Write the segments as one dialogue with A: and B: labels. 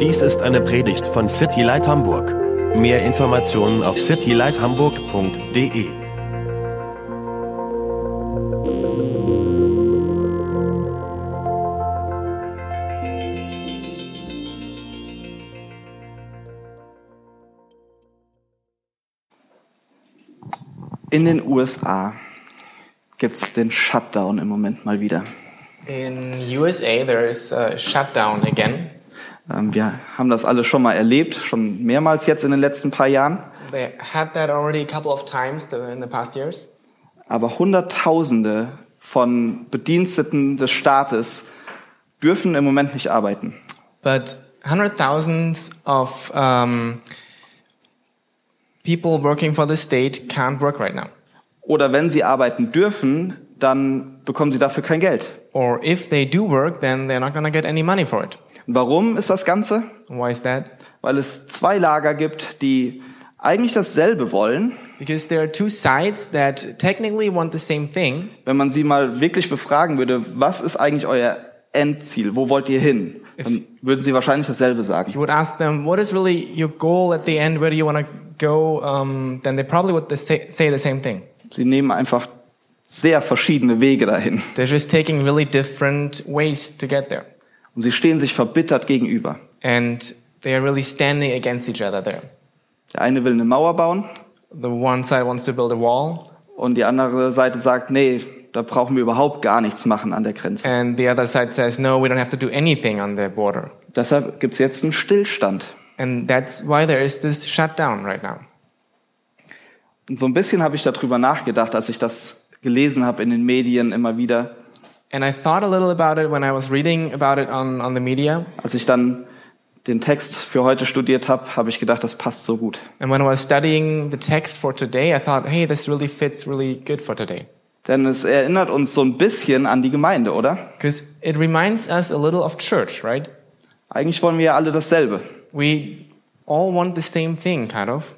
A: Dies ist eine Predigt von City Light Hamburg. Mehr Informationen auf citylighthamburg.de.
B: In den USA gibt es den Shutdown im Moment mal wieder.
C: In USA, there is a shutdown again.
B: Ähm, wir haben das alle schon mal erlebt, schon mehrmals jetzt in den letzten paar Jahren.
C: They had that already a couple of times the- in the past years.
B: Aber Hunderttausende von Bediensteten des Staates dürfen im Moment nicht arbeiten.
C: But hundred thousands of um, people working for the state can't work right now.
B: Oder wenn sie arbeiten dürfen, dann bekommen sie dafür kein Geld.
C: Or if they do work, then they're not going to get any money for it.
B: Und warum ist das Ganze?
C: Why is that?
B: Weil es zwei Lager gibt, die eigentlich dasselbe wollen.
C: Because there are two sides that technically want the same thing.
B: Wenn man sie mal wirklich befragen würde, was ist eigentlich euer Endziel? Wo wollt ihr hin? Dann würden sie wahrscheinlich dasselbe sagen.
C: You would ask them, what is really your goal at the end? Where do you want to go? Um, then they probably would the sa- say the same thing.
B: Sie nehmen einfach sehr verschiedene Wege dahin.
C: They're just taking really different ways to get there.
B: Und sie stehen sich verbittert gegenüber.
C: And they are really standing against each other there.
B: Der eine will eine Mauer bauen
C: The one side wants to build a wall,
B: und die andere Seite sagt, nee, da brauchen wir überhaupt gar nichts machen an der Grenze.
C: and the other side says, no, we don't have to do anything on the border.
B: Deshalb gibt's jetzt einen Stillstand.
C: And that's why there is this shutdown right now.
B: Und so ein bisschen habe ich darüber nachgedacht, als ich das gelesen habe in den Medien immer wieder,
C: And I thought a little about it when I was reading about it on, on the media.
B: Als ich dann den Text für heute studiert habe, habe ich gedacht, das passt so gut.
C: And when I was studying the text for today, I thought, hey, this really fits really good for today.
B: Denn es erinnert uns so ein bisschen an die Gemeinde, oder?
C: Because it reminds us a little of church, right?
B: Eigentlich wollen wir ja alle dasselbe.
C: We all want the same thing, kind of.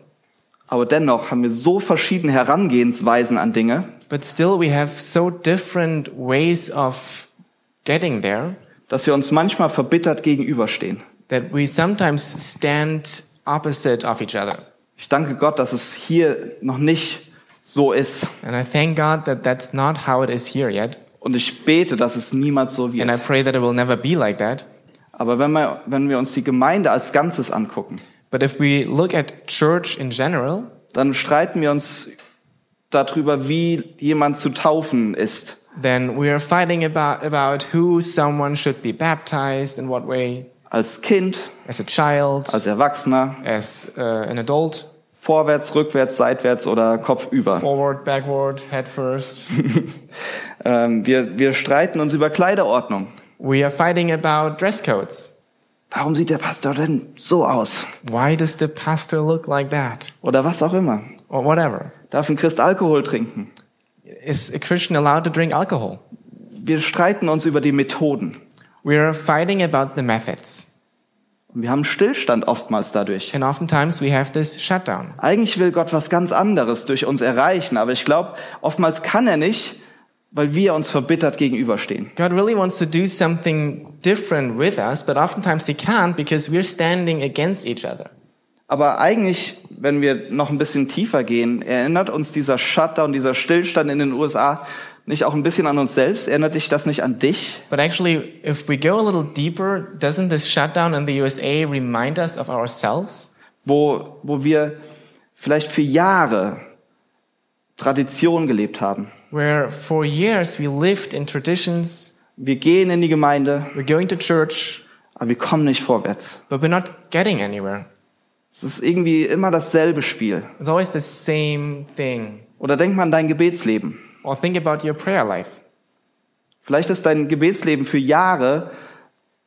B: Aber dennoch haben wir so verschiedene Herangehensweisen an Dinge,
C: But still, we have so different ways of getting there
B: dass wir uns manchmal verbittert gegenüberstehen.
C: that we sometimes stand opposite of each other.
B: Ich danke Gott, dass es hier noch nicht so ist.
C: And I thank God that that's not how it is here yet.
B: Und ich bete, dass es niemals so
C: And I
B: wird.
C: pray that it will never be like that.
B: Aber wenn wir, wenn wir uns die Gemeinde als Ganzes angucken,
C: But if we look at church in general,
B: dann streiten wir uns darüber, wie jemand zu taufen ist.
C: then we are fighting about, about who someone should be baptized, in what way,
B: Als Kind,
C: as a child,
B: als Erwachsener,
C: as uh, an adult,
B: vorwärts, rückwärts, seitwärts oder kopfüber.
C: forward, backward, head first.
B: Ähm, wir, wir streiten uns über Kleiderordnung.
C: we are fighting about dress codes.
B: Warum sieht der Pastor denn so aus?
C: Why does the pastor look like that?
B: Oder was auch immer.
C: Or whatever.
B: Darf ein Christ Alkohol trinken?
C: Is a Christian allowed to drink alcohol?
B: Wir streiten uns über die Methoden.
C: We are fighting about the methods.
B: Und wir haben Stillstand oftmals dadurch.
C: And oftentimes we have this shutdown.
B: Eigentlich will Gott was ganz anderes durch uns erreichen, aber ich glaube, oftmals kann er nicht, weil wir uns verbittert gegenüberstehen.
C: God really wants to do something different with us, but oftentimes he can't because we're standing against each other.
B: Aber eigentlich, wenn wir noch ein bisschen tiefer gehen, erinnert uns dieser Shutdown, dieser Stillstand in den USA nicht auch ein bisschen an uns selbst? Erinnert dich das nicht an dich?
C: But actually, if we go a little deeper, doesn't this shutdown in the USA remind us of ourselves?
B: Wo, wo wir vielleicht für Jahre Tradition gelebt haben.
C: Where for years we lived in traditions,
B: Wir gehen in die Gemeinde,
C: we're going to church,
B: aber wir kommen nicht vorwärts.
C: but we're not getting anywhere.
B: Es ist irgendwie immer dasselbe Spiel.
C: It's always the same thing.
B: Oder denk mal an dein Gebetsleben.
C: Or think about your prayer life.
B: Vielleicht ist dein Gebetsleben für Jahre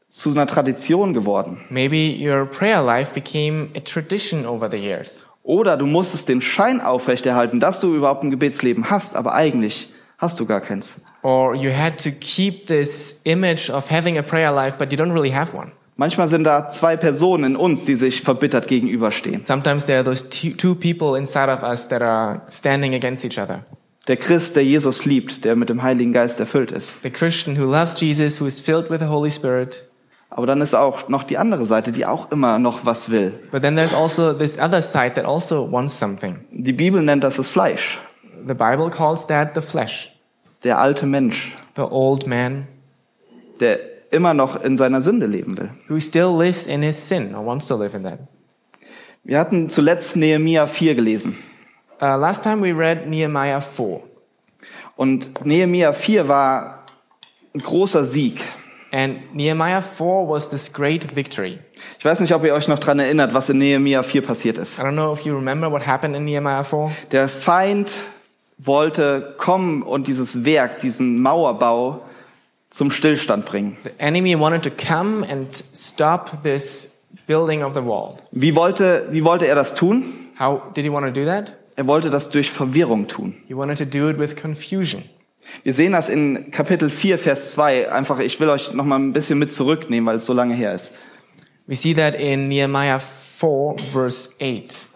B: zu einer Tradition geworden.
C: Maybe your prayer life became a tradition over the years.
B: Oder du musstest den Schein aufrechterhalten, dass du überhaupt ein Gebetsleben hast, aber eigentlich hast du gar keins.
C: Or you had to keep this image of having a prayer life, but you don't really have one.
B: Manchmal sind da zwei Personen in uns, die sich verbittert gegenüberstehen.
C: Sometimes there are those two two people inside of us that are standing against each other.
B: Der Christ, der Jesus liebt, der mit dem Heiligen Geist erfüllt ist.
C: The Christian who loves Jesus, who is filled with the Holy Spirit,
B: Aber dann ist auch noch die andere Seite, die auch immer noch was will.
C: But then there's also this other side that also wants something.
B: Die Bibel nennt das das Fleisch,
C: The Bible calls that the flesh,
B: der alte Mensch,
C: the old man
B: der immer noch in seiner Sünde leben will.
C: who still lives in his sin or wants to live in that.
B: Wir hatten zuletzt Nehemia 4 gelesen.
C: Uh, last time we read Nehemiah 4,
B: Und Nehemia 4 war ein großer Sieg.
C: and Nehemiah 4 was this great victory.
B: Ich weiß nicht, ob ihr euch noch dran erinnert, was in Nehemia 4 passiert ist.
C: I don't know if you remember what happened in Nehemiah 4.
B: Der Feind wollte kommen und dieses Werk, diesen Mauerbau zum Stillstand bringen.
C: The enemy wanted to come and stop this building of the wall.
B: Wie wollte, wie wollte er das tun?
C: How did he want to do that?
B: Er wollte das durch Verwirrung tun.
C: He wanted to do it with confusion.
B: Wir sehen das in Kapitel 4, Vers 2. Einfach, ich will euch noch mal ein bisschen mit zurücknehmen, weil es so lange her ist.
C: We see that in Nehemiah 4, verse 8.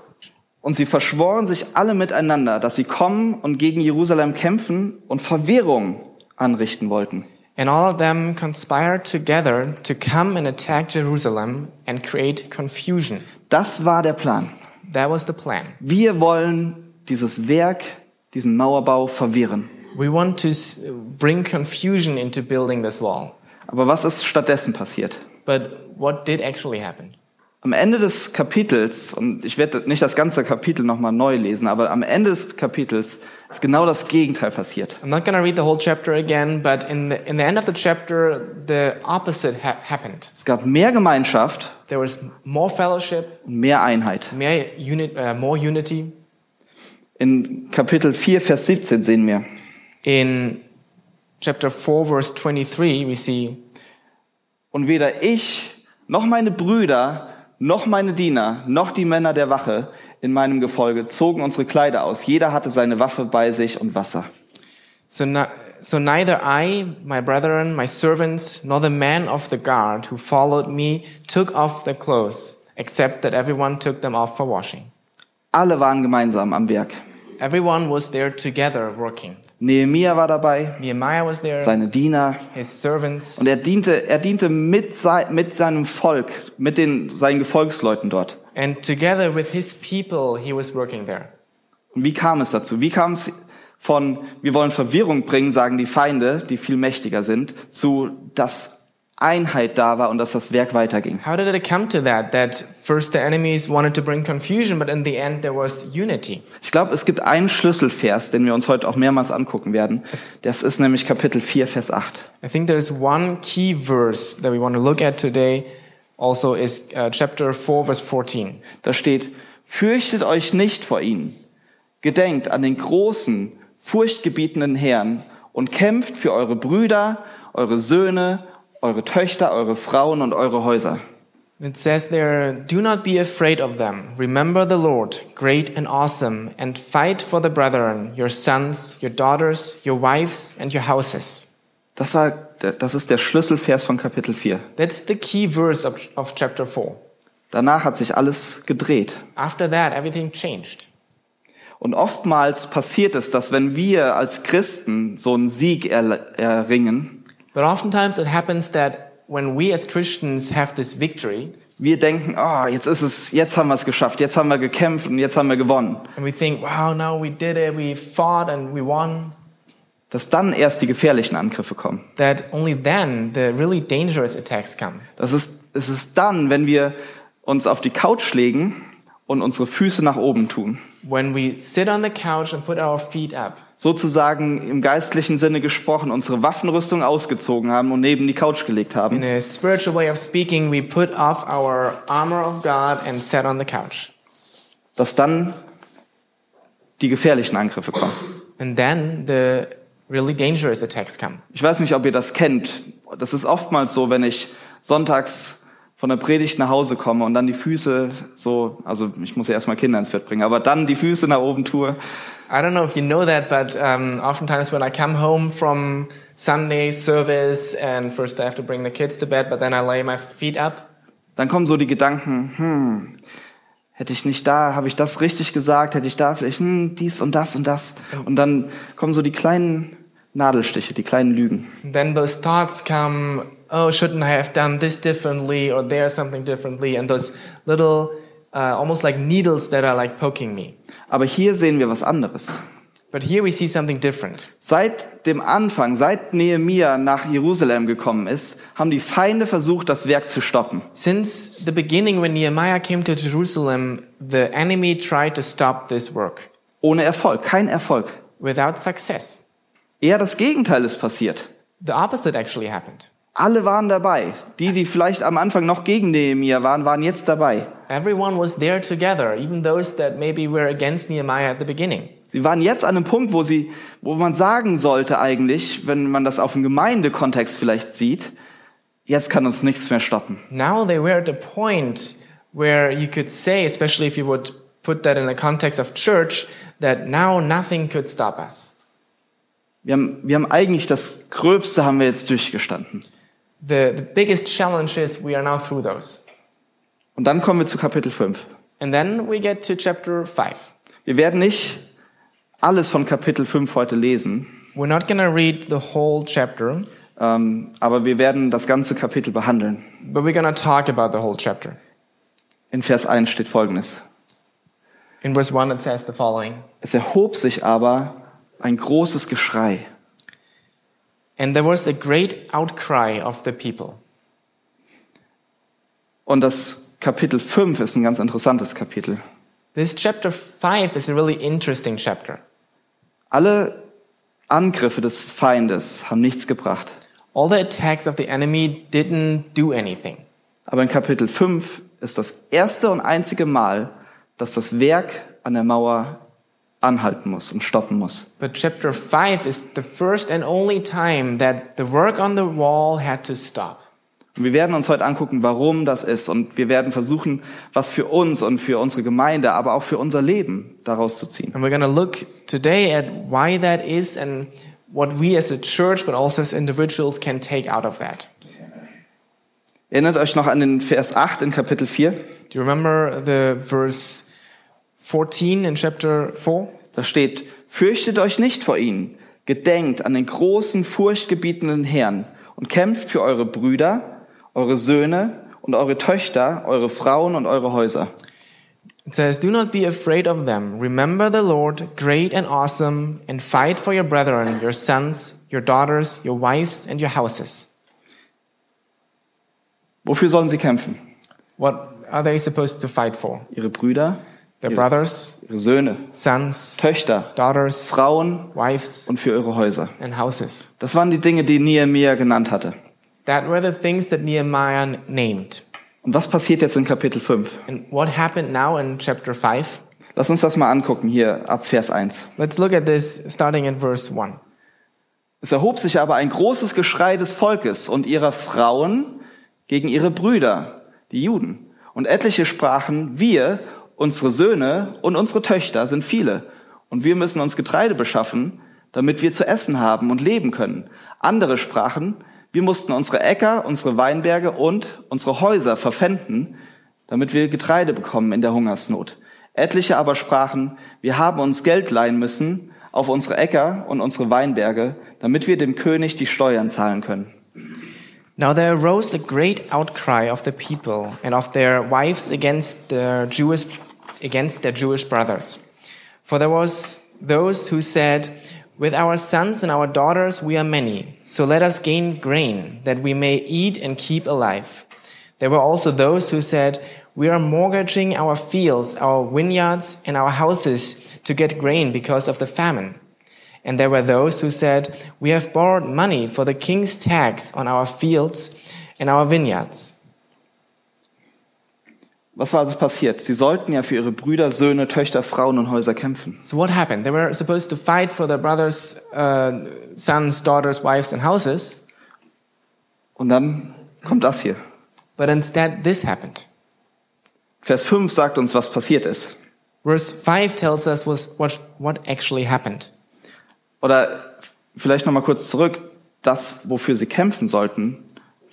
B: Und sie verschworen sich alle miteinander, dass sie kommen und gegen Jerusalem kämpfen und Verwirrung anrichten wollten.
C: And all of them conspired together to come and attack Jerusalem and create confusion.
B: Das war der Plan.
C: That was the plan.
B: Wir wollen dieses Werk, diesen Mauerbau verwirren.
C: We want to s- bring confusion into building this wall.
B: Aber was ist stattdessen passiert?
C: But what did actually happen?
B: Am Ende des Kapitels, und ich werde nicht das ganze Kapitel nochmal neu lesen, aber am Ende des Kapitels ist genau das Gegenteil passiert.
C: I'm not going to read the whole chapter again, but in the, in the end of the chapter, the opposite ha- happened.
B: Es gab mehr Gemeinschaft
C: There was more fellowship,
B: und mehr Einheit.
C: more, unit, uh, more unity.
B: In Kapitel 4, Vers 17 sehen wir,
C: In chapter 4, verse 23, we see
B: und weder ich, noch meine Brüder, noch meine Diener, noch die Männer der Wache in meinem Gefolge zogen unsere Kleider aus. Jeder hatte seine Waffe bei sich und Wasser.
C: So, ni- so neither I, my brethren, my servants, nor the man of the guard who followed me took off their clothes, except that everyone took them off for washing.
B: Alle waren gemeinsam am Werk.
C: Everyone was there together working.
B: Nehemia war dabei,
C: Nehemiah was there,
B: seine Diener,
C: his servants,
B: Und er diente, er diente mit, sei, mit seinem Volk, mit den, seinen Gefolgsleuten dort.
C: and together with his people, he was working there.
B: Und wie kam es dazu? Wie kam es von, wir wollen Verwirrung bringen, sagen die Feinde, die viel mächtiger sind, zu, dass Einheit da war und dass das Werk weiterging?
C: How did it come to that? That first the enemies wanted to bring confusion, but in the end there was unity.
B: Ich glaube, es gibt einen Schlüsselvers, den wir uns heute auch mehrmals angucken werden. Das ist nämlich Kapitel 4, Vers 8.
C: I think there's one key verse that we want to look at today. Also is uh, chapter 4 verse 14.
B: Da steht, fürchtet euch nicht vor ihnen. Gedenkt an den großen, furchtgebietenden Herrn und kämpft für eure Brüder, eure Söhne, eure Töchter, eure Frauen und eure Häuser.
C: It says there, Do not be afraid of them. Remember the Lord, great and awesome, and fight for the brethren, your sons, your daughters, your wives, and your houses.
B: Das war, das ist der Schlüsselvers von Kapitel 4.
C: That's the key verse of, of chapter 4.
B: Danach hat sich alles gedreht.
C: After that, everything changed.
B: Und oftmals passiert es, dass wenn wir als Christen so einen Sieg erl- erringen,
C: But oftentimes it happens that when we as Christians have this victory,
B: wir denken, oh, jetzt ist es, jetzt haben wir es geschafft, jetzt haben wir gekämpft und jetzt haben wir gewonnen.
C: and we think, wow, now we did it, we fought and we won,
B: Dass dann erst die gefährlichen Angriffe kommen.
C: that only then the really dangerous attacks come.
B: Das ist, es ist dann, wenn wir uns auf die Couch legen und unsere Füße nach oben tun.
C: When we sit on the couch and put our feet up.
B: Sozusagen im geistlichen Sinne gesprochen, unsere Waffenrüstung ausgezogen haben und neben die Couch gelegt
C: In
B: haben.
C: a spiritual way of speaking, we put off our armor of God and sat on the couch.
B: Dass dann die gefährlichen Angriffe kommen.
C: And then the really dangerous attacks come.
B: Ich weiß nicht, ob ihr das kennt. Das ist oftmals so, wenn ich sonntags von der Predigt nach Hause komme und dann die Füße so, also ich muss ja erstmal Kinder ins Bett bringen, aber dann die Füße nach oben tue
C: I don't know if you know that, but um, oftentimes when I come home from Sunday service, and first I have to bring the kids to bed, but then I lay my feet up,
B: dann kommen so die Gedanken, hm, hätte ich nicht da, habe ich das richtig gesagt, hätte ich da vielleicht hm, dies und das und das. Und dann kommen so die kleinen Nadelstiche, die kleinen Lügen.
C: Then those thoughts come, oh, shouldn't I have done this differently or there something differently? And those little, uh, almost like needles that are like poking me.
B: Aber hier sehen wir was anderes.
C: But here we see something different.
B: Seit dem Anfang, seit Nehemia nach Jerusalem gekommen ist, haben die Feinde versucht, das Werk zu stoppen.
C: Since the beginning, when Nehemiah came to Jerusalem, the enemy tried to stop this work
B: Ohne Erfolg, kein Erfolg.
C: without success.
B: Eher das Gegenteil ist passiert.
C: The opposite actually happened.
B: Alle waren dabei. Die, die vielleicht am Anfang noch gegen Nehemia waren, waren jetzt dabei.
C: Everyone was there together, even those that maybe were against Nehemiah at the beginning.
B: Sie waren jetzt an einem Punkt, wo sie, wo man sagen sollte eigentlich, wenn man das auf den Gemeindekontext vielleicht sieht, jetzt kann uns nichts mehr stoppen.
C: Now they were at a point where you could say, especially if you would put that in the context of church, that now nothing could stop us.
B: Wir haben, wir haben eigentlich das Gröbste haben wir jetzt durchgestanden.
C: The, the biggest challenge is we are now through those.
B: Und dann kommen wir zu Kapitel 5.
C: And then we get to chapter 5.
B: Wir werden nicht alles von Kapitel 5 heute lesen,
C: We're not going to read the whole chapter,
B: ähm, aber wir werden das ganze Kapitel behandeln.
C: but we're going to talk about the whole chapter.
B: In Vers 1 steht folgendes.
C: In verse 1, it says the following
B: Es erhob sich aber ein großes Geschrei.
C: And there was a great outcry of the people.
B: Und das Kapitel 5 ist ein ganz interessantes Kapitel.
C: This chapter 5 is a really interesting chapter.
B: Alle Angriffe des Feindes haben nichts gebracht.
C: All the attacks of the enemy didn't do anything.
B: Aber in Kapitel 5 ist das erste und einzige Mal, dass das Werk an der Mauer anhalten muss und stoppen muss.
C: But chapter 5 is the first and only time that the work on the wall had to stop.
B: Und wir werden uns heute angucken, warum das ist. Und wir werden versuchen, was für uns und für unsere Gemeinde, aber auch für unser Leben daraus zu ziehen.
C: And we're going to look today at why that is and what we as a church, but also as individuals, can take out of that.
B: Erinnert euch noch an den Vers 8 in Kapitel 4?
C: Do you remember the verse 14 in chapter 4?
B: Da steht, fürchtet euch nicht vor ihnen, gedenkt an den großen, furchtgebietenden Herrn und kämpft für eure Brüder, eure Söhne und eure Töchter, eure Frauen und eure Häuser.
C: It says, Do not be afraid of them. Remember the Lord, great and awesome, and fight for your brethren, your sons, your daughters, your wives, and your houses.
B: Wofür sollen sie kämpfen?
C: What are they supposed to fight for?
B: Ihre Brüder,
C: Their
B: Yeah.
C: brothers,
B: ihre Söhne,
C: sons,
B: Töchter,
C: daughters,
B: Frauen
C: wives,
B: und für ihre Häuser.
C: and houses.
B: Das waren die Dinge, die Nehemiah genannt hatte.
C: That were the things that Nehemiah named.
B: Und was passiert jetzt in Kapitel 5?
C: And what happened now in chapter 5?
B: Lass uns das mal angucken hier ab Vers 1.
C: Let's look at this starting in verse 1.
B: Es erhob sich aber ein großes Geschrei des Volkes und ihrer Frauen gegen ihre Brüder, die Juden. Und etliche sprachen, wir, unsere Söhne und unsere Töchter sind viele. Und wir müssen uns Getreide beschaffen, damit wir zu essen haben und leben können. Andere sprachen, wir mussten unsere Äcker, unsere Weinberge und unsere Häuser verpfänden, damit wir Getreide bekommen in der Hungersnot. Etliche aber sprachen, wir haben uns Geld leihen müssen auf unsere Äcker und unsere Weinberge, damit wir dem König die Steuern zahlen können.
C: Now there arose a great outcry of the people and of their wives against their Jewish against their Jewish brothers. For there was those who said, With our sons and our daughters we are many, so let us gain grain, that we may eat and keep alive. There were also those who said, We are mortgaging our fields, our vineyards, and our houses to get grain because of the famine. And there were those who said, We have borrowed money for the king's tax on our fields and our vineyards.
B: Was war also passiert? Sie sollten ja für ihre Brüder, Söhne, Töchter, Frauen und Häuser kämpfen.
C: So what happened? They were supposed to fight for their brothers, uh, sons, daughters, wives, and houses,
B: Und dann kommt das hier.
C: but instead this happened.
B: Vers 5 sagt uns, was passiert ist.
C: Verse 5 tells us was what, what actually happened.
B: Oder vielleicht nochmal kurz zurück. Das, wofür sie kämpfen sollten,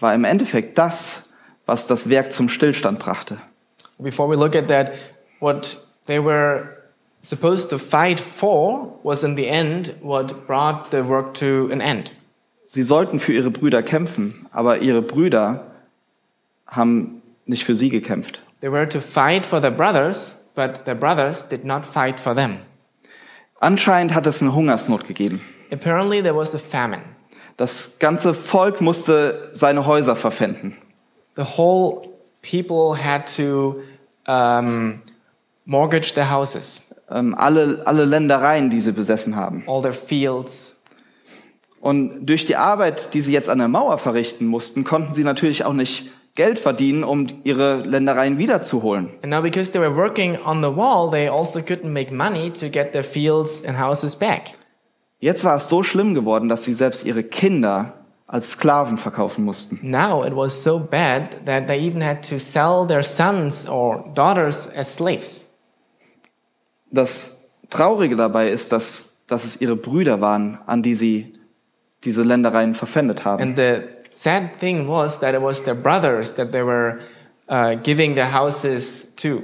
B: war im Endeffekt das, was das Werk zum Stillstand brachte.
C: Before we look at that, what they were supposed to fight for was in the end what brought the work to an end.
B: Sie sollten für ihre Brüder kämpfen, aber ihre Brüder haben nicht für sie gekämpft.
C: They were to fight for their brothers, but their brothers did not fight for them.
B: Anscheinend hat es eine Hungersnot gegeben.
C: Apparently, there was a famine.
B: Das ganze Volk musste seine Häuser verpfänden.
C: The whole people had to um, mortgage their houses,
B: Ähm, alle, alle Ländereien, die sie besessen haben.
C: all their fields.
B: Und durch die Arbeit, die sie jetzt an der Mauer verrichten mussten, konnten sie natürlich auch nicht Geld verdienen, um ihre Ländereien wiederzuholen.
C: And now, because they were working on the wall, they also couldn't make money to get their fields and houses back.
B: Jetzt war es so schlimm geworden, dass sie selbst ihre Kinder als Sklaven verkaufen mussten.
C: Now it was so bad that they even had to sell their sons or daughters as slaves.
B: Das Traurige dabei ist, dass, dass es ihre Brüder waren, an die sie diese Ländereien verpfändet haben.
C: And the sad thing was that it was their brothers that they were uh, giving their houses to.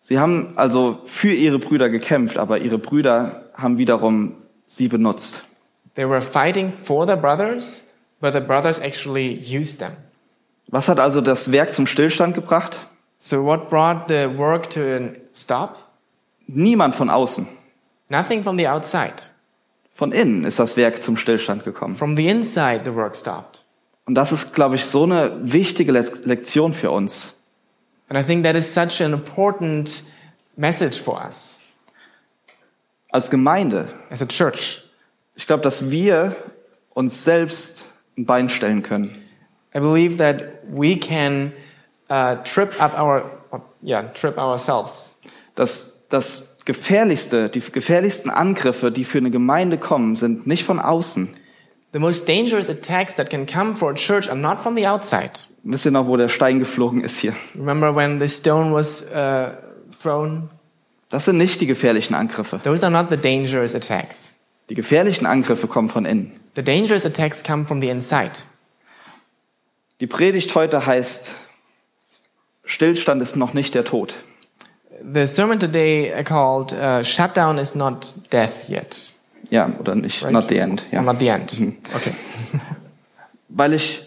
B: Sie haben also für ihre Brüder gekämpft, aber ihre Brüder haben wiederum sie benutzt.
C: They were fighting for their brothers, but the brothers actually used them.
B: Was hat also das Werk zum Stillstand gebracht?
C: So what brought the work to a stop?
B: Niemand von außen.
C: Nothing from the outside.
B: Von innen ist das Werk zum Stillstand gekommen.
C: From the inside, the work stopped.
B: Und das ist, glaube ich, so eine wichtige Le Lektion für uns.
C: And I think that is such an important message for us
B: Als Gemeinde.
C: as a church.
B: Ich glaube, dass wir uns selbst ein Bein stellen können.
C: I believe that we can uh, trip up our, yeah, trip ourselves.
B: Dass das gefährlichste, die gefährlichsten Angriffe, die für eine Gemeinde kommen, sind nicht von außen.
C: The most dangerous attacks that can come for a church are not from the outside.
B: Wisst ihr noch, wo der Stein geflogen ist hier?
C: Remember when the stone was uh, thrown?
B: Das sind nicht die gefährlichen Angriffe.
C: Those are not the dangerous attacks.
B: Die gefährlichen Angriffe kommen von innen.
C: The dangerous attacks come from the inside.
B: Die Predigt heute heißt, Stillstand ist noch nicht der Tod.
C: The sermon today called uh, "Shutdown is not death yet."
B: Ja, oder nicht? Not the end. Ja.
C: Not the end. Okay.
B: Weil ich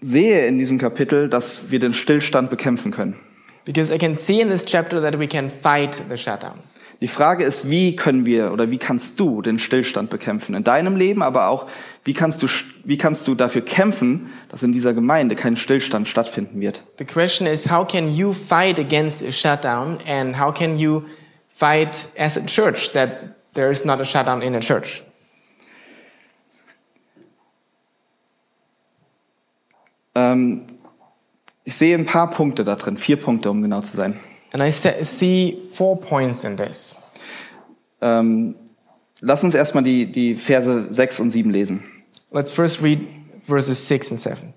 B: sehe in diesem Kapitel, dass wir den Stillstand bekämpfen können.
C: Because I can see in this chapter that we can fight the shutdown.
B: Die Frage ist, wie können wir oder wie kannst du den Stillstand bekämpfen in deinem Leben, aber auch wie kannst du wie kannst du dafür kämpfen, dass in dieser Gemeinde kein Stillstand stattfinden wird?
C: The question is how can you fight against a shutdown and how can you fight as a church that there is not a shutdown in a church?
B: Ähm, ich sehe ein paar Punkte da drin, vier Punkte, um genau zu sein.
C: And I se- see four points in this.
B: Ähm, lass uns erstmal die, die Verse 6 und 7 lesen.
C: Let's first read verses 6 and 7.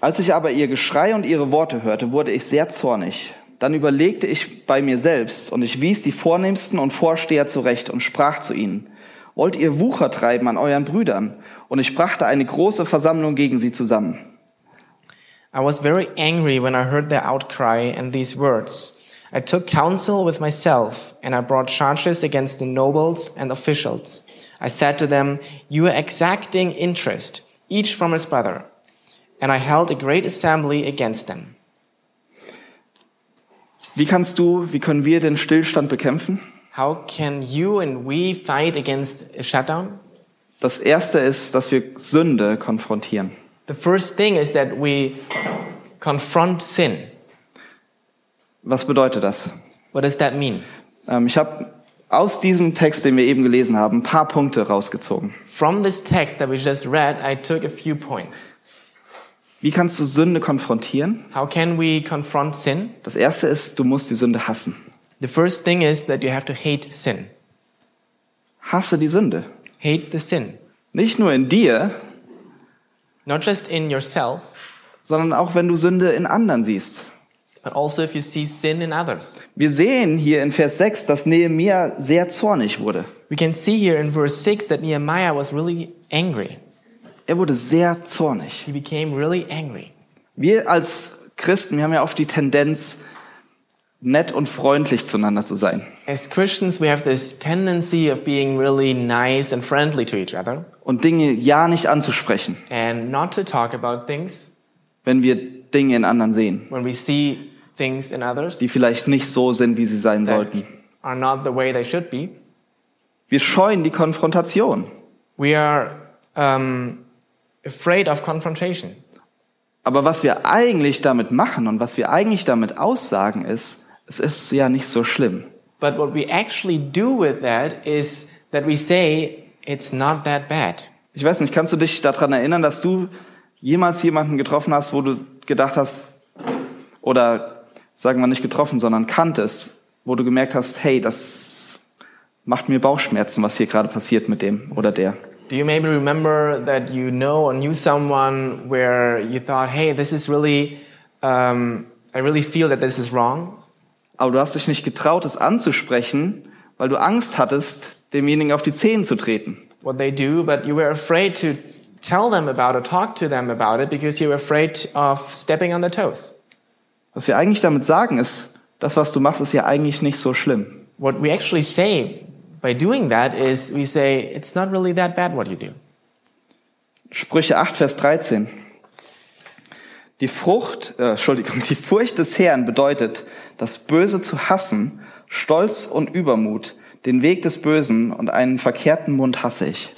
B: Als ich aber ihr Geschrei und ihre Worte hörte, wurde ich sehr zornig. Dann überlegte ich bei mir selbst und ich wies die Vornehmsten und Vorsteher zurecht und sprach zu ihnen, wollt ihr Wucher treiben an euren Brüdern? Und ich brachte eine große Versammlung gegen sie zusammen.
C: I was very angry when I heard their outcry and these words. I took counsel with myself, and I brought charges against the nobles and officials. I said to them, You are exacting interest, each from his brother. And I held a great assembly against them.
B: Wie kannst du, wie können wir den Stillstand bekämpfen?
C: How can you and we fight against a shutdown?
B: Das erste ist, dass wir Sünde konfrontieren.
C: The first thing is that we confront sin.
B: Was bedeutet das?
C: What does that mean?
B: Ähm, ich habe aus diesem Text, den wir eben gelesen haben, ein paar Punkte rausgezogen.
C: From this text that we just read, I took a few points.
B: Wie kannst du Sünde konfrontieren?
C: How can we confront sin?
B: Das erste ist, du musst die Sünde hassen.
C: The first thing is that you have to hate sin.
B: Hasse die Sünde.
C: Hate the sin.
B: Nicht nur in dir,
C: Not just in yourself,
B: sondern auch wenn du Sünde in anderen siehst.
C: but also if you see sin in others.
B: Wir sehen hier in Vers 6, dass Nehemia sehr zornig wurde.
C: We can see here in verse 6 that Nehemiah was really angry.
B: Er wurde sehr zornig.
C: He became really angry.
B: Wir als Christen, wir haben ja oft die Tendenz, nett und freundlich zueinander zu sein.
C: As Christians, we have this tendency of being really nice and friendly to each other
B: Und Dinge ja nicht anzusprechen,
C: and not to talk about things
B: wenn wir Dinge in anderen sehen,
C: when we see things in others
B: die vielleicht nicht so sind, wie sie sein sollten.
C: that are not the way they should be.
B: Wir scheuen die Konfrontation.
C: We are um, afraid of confrontation.
B: Aber was wir eigentlich damit machen und was wir eigentlich damit aussagen ist, es ist ja nicht so schlimm.
C: But what we actually do with that is that we say it's not that bad.
B: Ich weiß nicht, kannst du dich daran erinnern, dass du jemals jemanden getroffen hast, wo du gedacht hast, oder sagen wir nicht getroffen, sondern kanntest, wo du gemerkt hast, hey, das macht mir Bauchschmerzen, was hier gerade passiert mit dem oder der.
C: Do you maybe remember that you know or knew someone where you thought, hey, this is really, um, I really feel that this is wrong?
B: Aber du hast dich nicht getraut, es anzusprechen, weil du Angst hattest, demjenigen auf die Zehen zu treten.
C: What they do, but you were afraid to tell them about or talk to them about it because you were afraid of stepping on their toes.
B: Was wir eigentlich damit sagen ist, das, was du machst, ist ja eigentlich nicht so schlimm.
C: What we actually say by doing that is we say, it's not really that bad what you do.
B: Sprüche 8, Vers 13. Die Frucht, äh, Entschuldigung, die Furcht des Herrn bedeutet, das Böse zu hassen, Stolz und Übermut, den Weg des Bösen und einen verkehrten Mund hasse ich.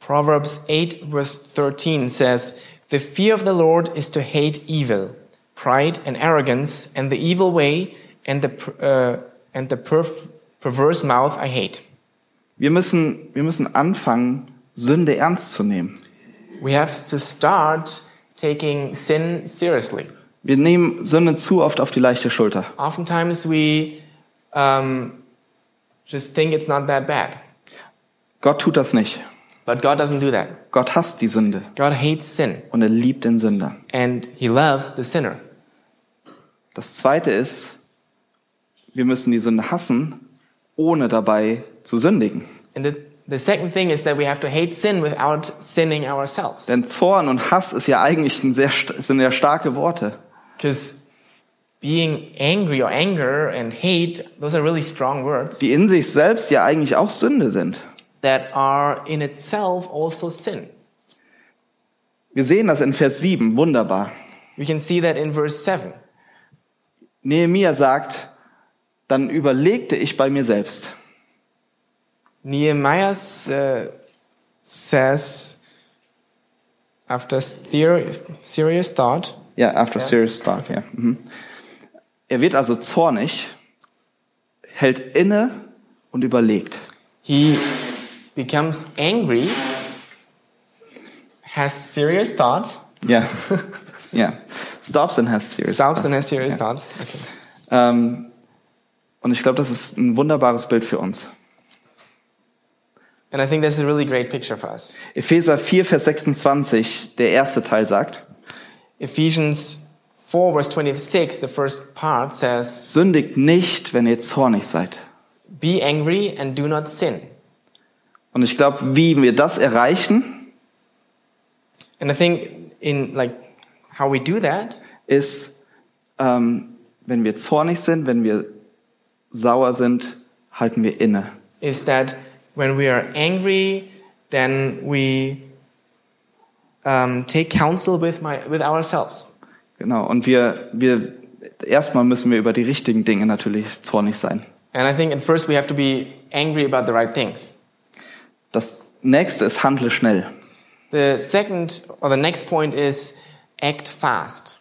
C: Proverbs 8, verse 13 says, The fear of the Lord is to hate evil, pride and arrogance, and the evil way, and the, per- uh, and the perf- perverse mouth I hate.
B: Wir müssen, wir müssen anfangen, Sünde ernst zu nehmen.
C: We have to start taking sin seriously.
B: Wir nehmen Sünde zu oft auf die leichte Schulter.
C: Oftentimes we um, just think it's not that bad,
B: Gott tut das nicht.
C: but God doesn't do that.
B: Gott hasst die Sünde
C: God hates sin,
B: und er liebt den Sünder.
C: and He loves the sinner.
B: Das zweite ist, wir müssen die Sünde hassen, ohne dabei zu sündigen.
C: And the, the second thing is that we have to hate sin without sinning ourselves.
B: Denn Zorn und Hass ist ja eigentlich ein sehr, st- sind ja starke Worte.
C: Because being angry or anger and hate, those are really strong words
B: Die in sich selbst ja eigentlich auch Sünde sind.
C: that are in itself also sin.
B: Wir sehen das in Vers 7, wunderbar.
C: We can see that in verse 7.
B: Nehemia sagt, dann überlegte ich bei mir selbst.
C: Nehemiah uh, says, after theor- serious thought,
B: Ja, after serious thought, ja. Mhm. Er wird also zornig, hält inne und überlegt.
C: he becomes angry, has serious thoughts,
B: Ja, ja. Stops and has serious
C: stops
B: thoughts.
C: and has serious thoughts. Okay.
B: Ähm, und ich glaube, das ist ein wunderbares Bild für uns.
C: And I think that's a really great picture for us.
B: Epheser 4, Vers 26, der erste Teil sagt,
C: Ephesians 4, verse 26, the first part says,
B: sündigt nicht, wenn ihr zornig seid.
C: Be angry and do not sin.
B: Und ich glaube, wie wir das erreichen,
C: And I think in like how we do that
B: ist, ähm, wenn wir zornig sind, wenn wir sauer sind, halten wir inne.
C: is that when we are angry, then we um, take counsel with my with ourselves.
B: Genau. Und wir, wir, erstmal müssen wir über die richtigen Dinge natürlich zornig sein.
C: And I think at first we have to be angry about the right things.
B: Das nächste ist, handle schnell.
C: The second or the next point is act fast.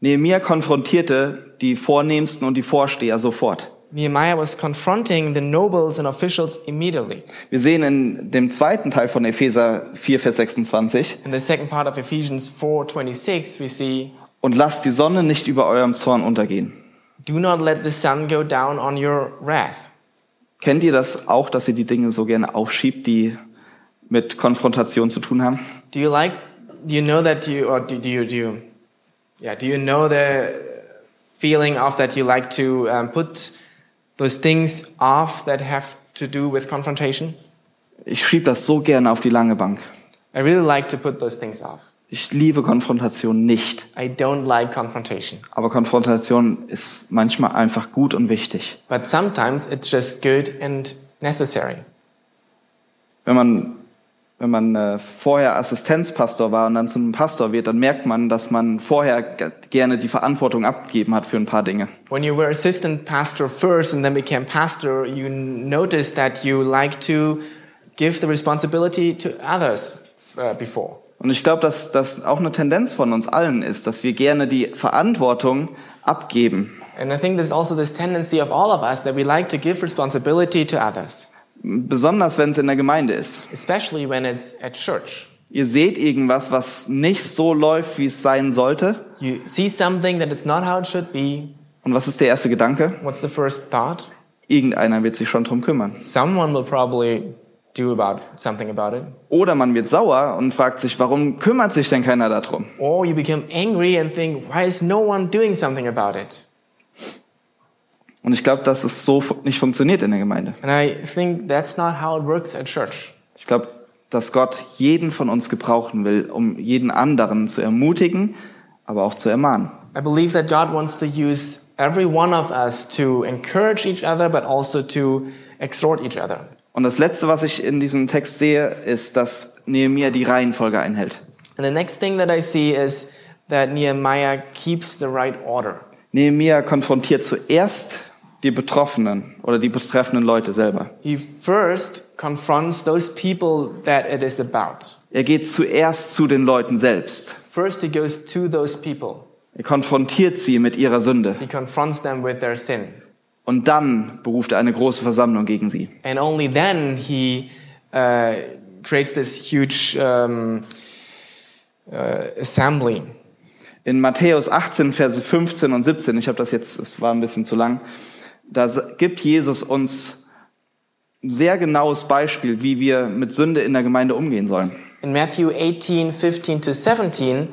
B: Nehemiah konfrontierte die Vornehmsten und die Vorsteher sofort.
C: Nehemiah was confronting the nobles and officials immediately.
B: Wir sehen in dem zweiten Teil von Epheser 4, Vers 26,
C: In the second part of Ephesians 4:26, we see,
B: und lasst die Sonne nicht über eurem Zorn untergehen.
C: "Do not let the sun go down on your wrath."
B: Kennt ihr das auch, dass ihr die Dinge so gerne aufschiebt, die mit Konfrontation zu tun haben?
C: Do you like? Do you know that you or do, do you do? You, yeah. Do you know the feeling of that you like to um, put those things off that have to do with confrontation?
B: Ich schieb das so gerne auf die lange Bank.
C: I really like to put those things off.
B: Ich liebe Konfrontation nicht.
C: I don't like confrontation.
B: Aber Konfrontation ist manchmal einfach gut und wichtig.
C: But sometimes it's just good and necessary.
B: Wenn man, wenn man äh, vorher Assistenzpastor war und dann zu einem Pastor wird, dann merkt man, dass man vorher g- gerne die Verantwortung abgegeben hat für ein paar Dinge.
C: When you were assistant pastor first and then became pastor, you n- noticed that you like to give the responsibility to others uh, before.
B: Und ich glaube, dass das auch eine Tendenz von uns allen ist, dass wir gerne die Verantwortung abgeben.
C: And I think there's also this tendency of all of us that we like to give responsibility to others,
B: Besonders wenn es in der Gemeinde ist.
C: especially when it's at church.
B: Ihr seht irgendwas, was nicht so läuft, wie es sein sollte.
C: You see something that it's not how it should be.
B: Und was ist der erste Gedanke?
C: What's the first thought?
B: Irgendeiner wird sich schon drum kümmern.
C: Someone will probably do about something about it.
B: Oder man wird sauer und fragt sich, warum kümmert sich denn keiner darum?
C: Or you become angry and think, why is no one doing something about it?
B: Und ich glaube, dass es so fu- nicht funktioniert in der Gemeinde.
C: And I think that's not how it works at church.
B: Ich glaube, dass Gott jeden von uns gebrauchen will, um jeden anderen zu ermutigen, aber auch zu ermahnen.
C: I believe that God wants to use every one of us to encourage each other, but also to exhort each other.
B: Und das Letzte, was ich in diesem Text sehe, ist, dass Nehemiah die Reihenfolge einhält.
C: And the next thing that I see is that Nehemiah keeps the right order.
B: Nehemiah konfrontiert zuerst die Betroffenen oder die betreffenden Leute selber.
C: He first confronts those people that it is about.
B: Er geht zuerst zu den Leuten selbst.
C: First, he goes to those people.
B: Er konfrontiert sie mit ihrer Sünde.
C: He confronts them with their sin.
B: Und dann beruft er eine große Versammlung gegen sie.
C: And only then he uh, creates this huge um, uh, assembly.
B: In Matthäus 18, Verse 15 und 17, ich habe das jetzt, es war ein bisschen zu lang, da s- gibt Jesus uns ein sehr genaues Beispiel, wie wir mit Sünde in der Gemeinde umgehen sollen.
C: In Matthew 18, 15 to 17,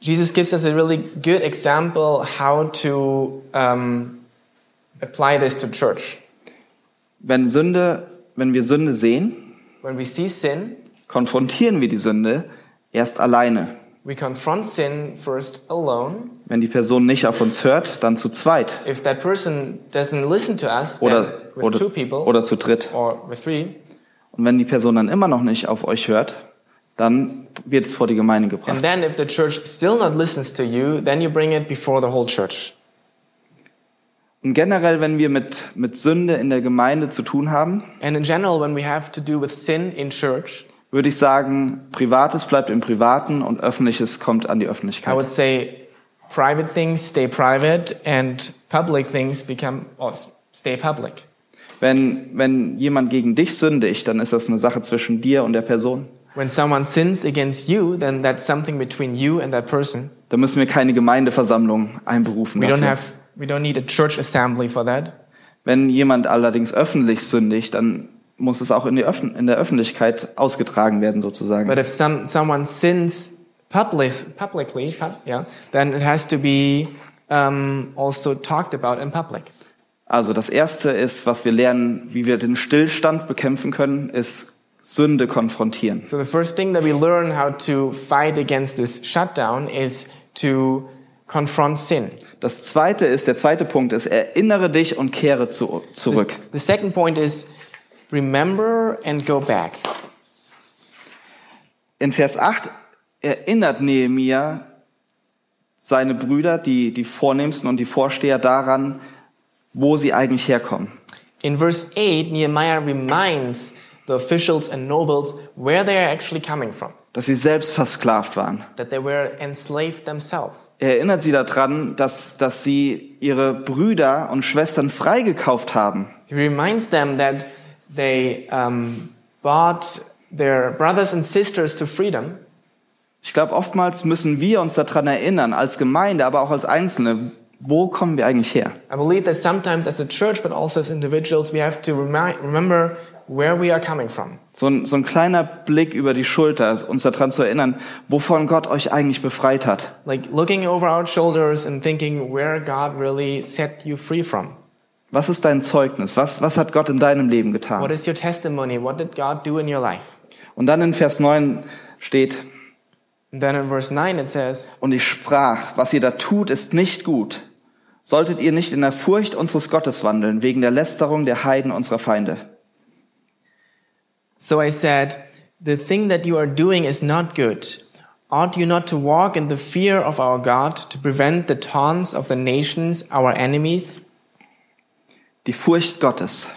C: Jesus gives us a really good example how to um, apply this to church.
B: Wenn Sünde, wenn wir Sünde sehen,
C: When we see sin,
B: konfrontieren wir die Sünde erst alleine.
C: we confront sin first alone.
B: Wenn die Person nicht auf uns hört, dann zu zweit
C: If that person doesn't listen to us, then
B: oder,
C: with two people
B: oder, oder zu dritt.
C: or with three,
B: Und wenn die Person dann immer noch nicht auf euch hört, dann wird es vor die Gemeinde
C: and
B: gebracht.
C: then if the church still not listens to you, then you bring it before the whole church.
B: Und generell, wenn wir mit, mit Sünde in der Gemeinde zu tun haben,
C: And in general, when we have to do with sin in church,
B: würde ich sagen, Privates bleibt im Privaten und Öffentliches kommt an die
C: I
B: Öffentlichkeit.
C: would say private things stay private and public things become or s- stay public.
B: Wenn, wenn jemand gegen dich sündigt, dann ist das eine Sache zwischen dir und der Person.
C: When someone sins against you, then that's something between you and that person.
B: Da müssen wir keine Gemeindeversammlung einberufen.
C: We don't
B: Dafür.
C: have we don't need a church assembly for that.
B: Wenn jemand allerdings öffentlich sündigt, dann muss es auch in, die Öffn in der Öffentlichkeit ausgetragen werden, sozusagen.
C: But if some someone sins public, publicly, pub, yeah, then it has to be um, also talked about in public.
B: Also das Erste ist, was wir lernen, wie wir den Stillstand bekämpfen können, ist Sünde konfrontieren.
C: So the first thing that we learn how to fight against this shutdown is to confront sin.
B: Das Zweite ist, der zweite Punkt ist, erinnere dich und kehre zu, zurück.
C: The second point is remember and go back.
B: In Vers 8 erinnert Nehemia seine Brüder, die, die Vornehmsten und die Vorsteher daran, wo sie eigentlich herkommen.
C: In verse 8, Nehemiah reminds the officials and nobles where they are actually coming from,
B: Dass sie selbst versklavt waren.
C: that they were enslaved themselves.
B: Er erinnert sie daran, dass, dass sie ihre Brüder und Schwestern freigekauft haben.
C: He reminds them that they um, bought their brothers and sisters to freedom.
B: Ich glaube, oftmals müssen wir uns daran erinnern, als Gemeinde, aber auch als Einzelne, wo kommen wir eigentlich her?
C: I believe that sometimes as a church, but also as individuals, we have to remi- remember where we are coming from.
B: So ein, so ein kleiner Blick über die Schulter, uns daran zu erinnern, wovon Gott euch eigentlich befreit hat.
C: Like looking over our shoulders and thinking where God really set you free from.
B: Was ist dein Zeugnis? Was, was hat Gott in deinem Leben
C: What
B: getan?
C: is your testimony? What did God do in your life?
B: Und dann in Vers 9 steht,
C: And then in verse 9 it says,
B: Und ich sprach, was ihr da tut, ist nicht gut. Solltet ihr nicht in der Furcht unseres Gottes wandeln, wegen der Lästerung der Heiden unserer Feinde.
C: So I said, The thing that you are doing is not good. Ought you not to walk in the fear of our God to prevent the taunts of the nations, our enemies?
B: Die Furcht Gottes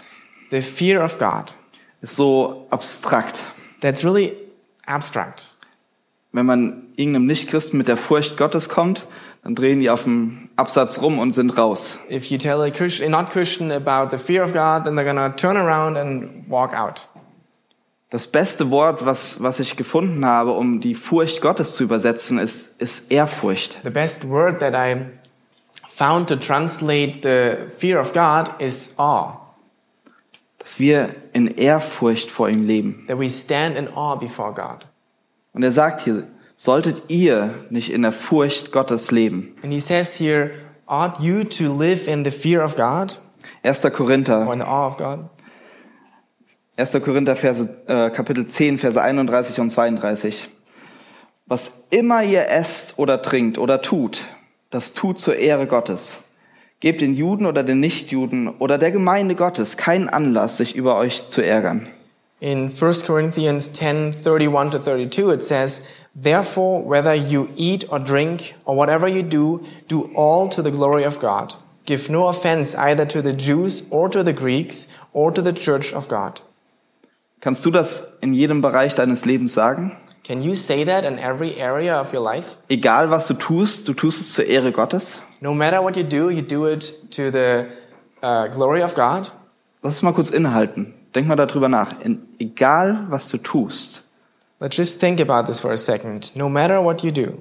C: The fear of God.
B: ist so abstrakt.
C: That's really abstract.
B: Wenn man irgendeinem Nichtchristen mit der Furcht Gottes kommt, dann drehen die auf dem Absatz rum und sind raus.
C: If you tell a, Christian, a not Christian about the fear of God, then they're going to turn around and walk out.
B: Das beste Wort, was, was ich gefunden habe, um die Furcht Gottes zu übersetzen, ist, ist Ehrfurcht.
C: The best word that I found to translate the fear of God is awe,
B: Dass wir in Ehrfurcht vor ihm leben.
C: that we stand in awe before God.
B: Und er sagt hier, solltet ihr nicht in der Furcht Gottes leben.
C: And he says here, ought you to live in the fear of God
B: 1. Korinther,
C: or in the awe of God?
B: 1. Korinther Verse, äh, Kapitel 10, Verse 31 und 32. Was immer ihr esst oder trinkt oder tut, das tut zur Ehre Gottes. Gebt den Juden oder den Nichtjuden oder der Gemeinde Gottes keinen Anlass, sich über euch zu ärgern.
C: In 1 Corinthians 10 31 to 32, it says, Therefore, whether you eat or drink or whatever you do, do all to the glory of God. Give no offense either to the Jews or to the Greeks or to the church of God.
B: Kannst du das in jedem Bereich deines Lebens sagen?
C: Can you say that in every area of your life?
B: Egal was du tust, du tust es zur Ehre Gottes?
C: No matter what you do, you do it to the uh, glory of God.
B: Lass uns mal kurz innehalten. Denk mal darüber nach. In, egal was du tust,
C: Let's just think about this for a second. No matter what you do,